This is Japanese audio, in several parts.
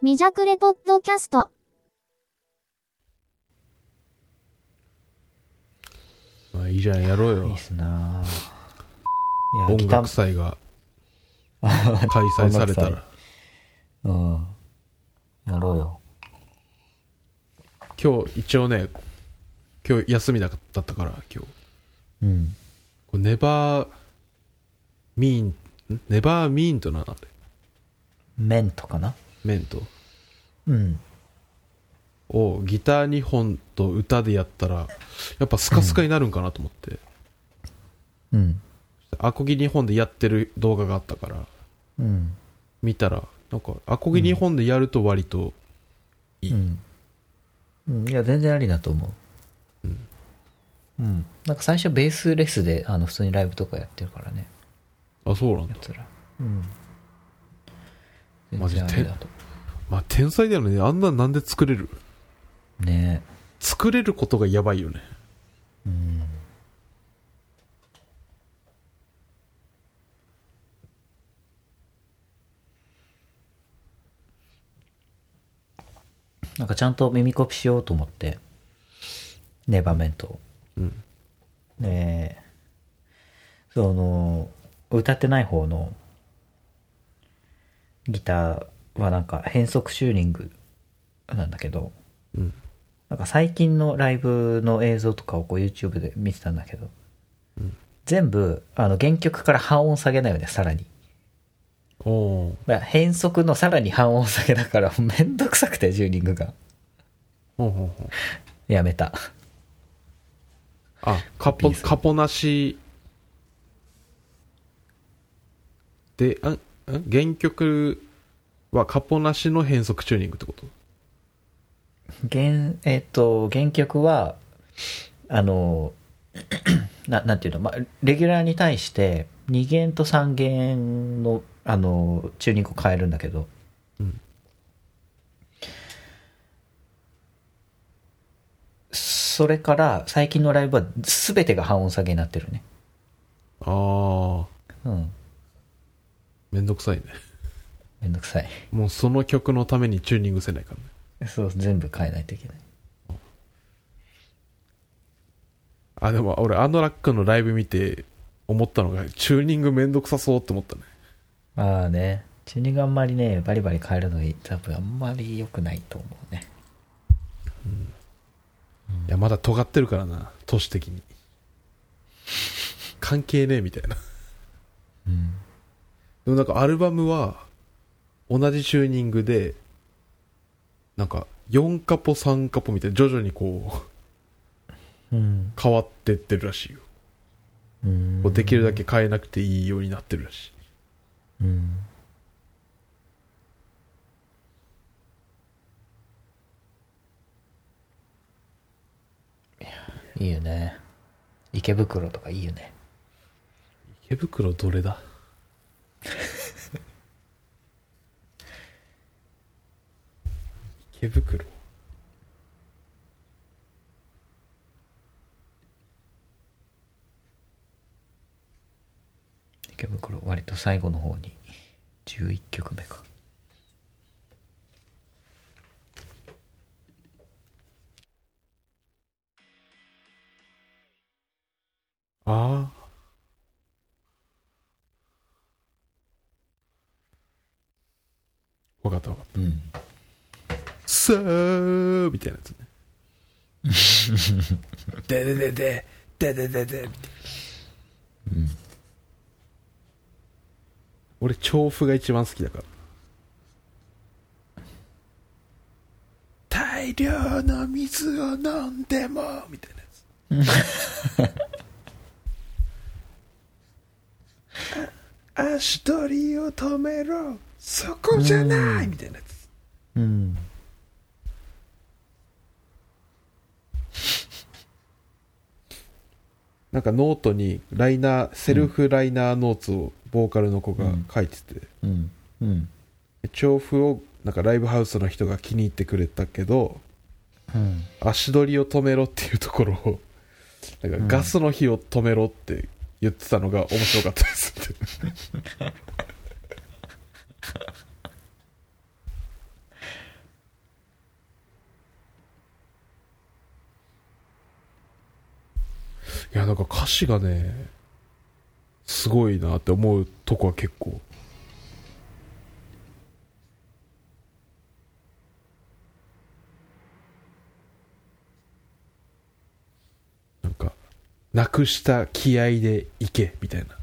未弱レポッドキャスト。まあいいじゃん、やろういいっよ。すなぁ。いや、音来た楽、祭があ開催された音ら楽。うん。やろうよ。今日、一応ね、今日休みだったから、今日。うん。これネバーミーン、んネバーミーンとなんだメントかなメントうん。をギター2本と歌でやったら、やっぱスカスカになるんかなと思って。うん。アコギ2本でやってる動画があったから、うん。見たら、なんか、アコギ2本でやると割と、いいうん。うんいや、全然ありだと思う。うん。なんか最初ベースレスで、あの、普通にライブとかやってるからね。あ、そうなんだや。つら。うん。マジ全然ありだと思まあ、天才だよね。あんなんなんで作れるう。ねえ。作れることがやばいよね。なんかちゃんと耳コピしようと思って、ネバメントを。うん。ねえその、歌ってない方のギターはなんか変速シューリングなんだけど、うんなんか最近のライブの映像とかをこう YouTube で見てたんだけど、全部あの原曲から半音下げないよね、さらに。おおだから変速のさらに半音下げだからめんどくさくて、シューリングが。ほうほうほう。やめた。あ、カポ、ビーズカポなし、で、あん、あん原曲はカポなしの変速チューニングってこと原えっ、と原曲はあのななんていうの、まあ、レギュラーに対して2弦と3弦のあのチューニングを変えるんだけど、うんそれから最近のライブは全てが半音下げになってるね、ああ、うん、めんどくさいね。めんどくさいもうその曲のためにチューニングせないからね。そう全部変えないといけないあ、でも俺、あのラックのライブ見て思ったのが、チューニングめんどくさそうって思ったね。まあね、チューニングあんまりね、バリバリ変えるの多分あんまり良くないと思うね。いや、まだ尖ってるからな、都市的に。関係ねえみたいな。うん。でもなんかアルバムは、同じチューニングで、なんか、4カポ3カポみたいな、徐々にこう、うん。変わってってるらしいよ。うんこうできるだけ変えなくていいようになってるらしい。うん。いやいいよね。池袋とかいいよね。池袋どれ だ池袋池袋、割と最後の方に。11曲目か。ああ。わかったわかっうん。た。さーみたいなやつね。でででで、でででで、みたいな。俺、調布が一番好きだから。大量の水を飲んでも、みたいなやつ。足取りを止めろそこじゃないみたいなやつうん。なんかノートにライナーセルフライナーノーツをボーカルの子が書いてて、うん。うん。調布をなんかライブハウスの人が気に入ってくれたけどうん。足取りを止めろっていうところをなんかガスの火を止めろって言ってたのが面白かったですっていやなんか歌詞がねすごいなって思うとこは結構なんかなくした気合でいけみたいな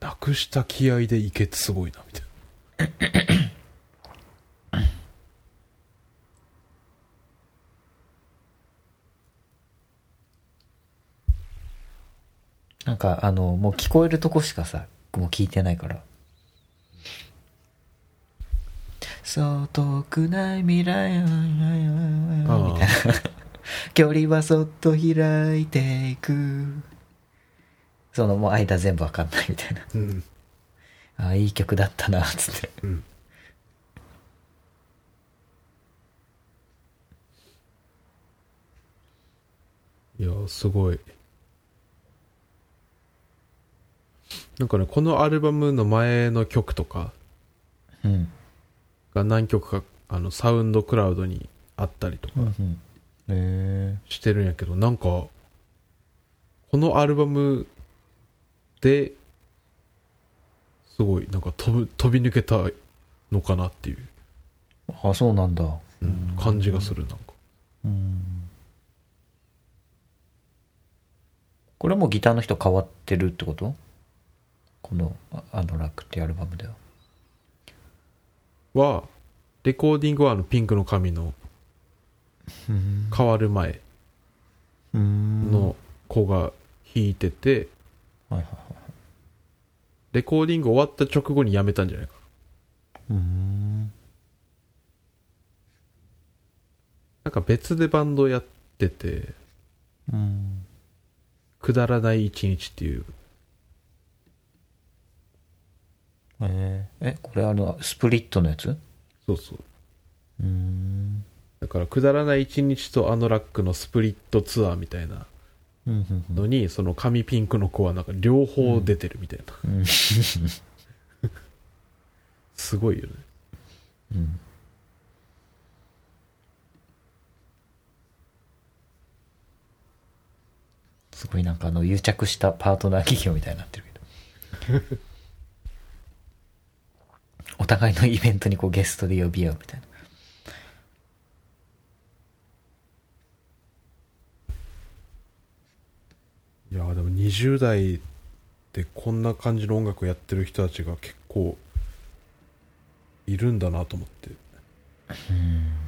なくした気合でいけってすごいなみたいななんかあのもう聞こえるとこしかさもう聞いてないからそう遠くない未来みたいなあ距離はそっと開いていくそのもう間全部わかんないみたいなーうんあーいい曲だったなつってうんいやーすごいなんかねこのアルバムの前の曲とかうんが何曲かあのサウンドクラウドにあったりとかうんへしてるんやけどなんかこのアルバムですごいなんか飛ぶ飛び抜けたのかなっていうえあそうなんだうん感じがするなんかうんこれはもうギターの人変わってるってことこの「ああのラック」っていうアルバムでははレコーディングはあのピンクの髪の変わる前のの子が弾いててはいはいはいレコーディング終わった直後に辞めたんじゃないかうんなんか別でバンドやっててうん「くだらない一日」っていうえーえこれあのスプリットのやつそうそううんだから「くだらない一日」と「あのラック」のスプリットツアーみたいなうんのにその髪ピンクの子はなんか両方出てるみたいな、うん すごいよねうんすごいなんかあの癒着したパートナー企業みたいになってるけどお互いのイベントにこうゲストで呼び合うみたいないやーでも20代でこんな感じの音楽をやってる人たちが結構いるんだなと思ってうん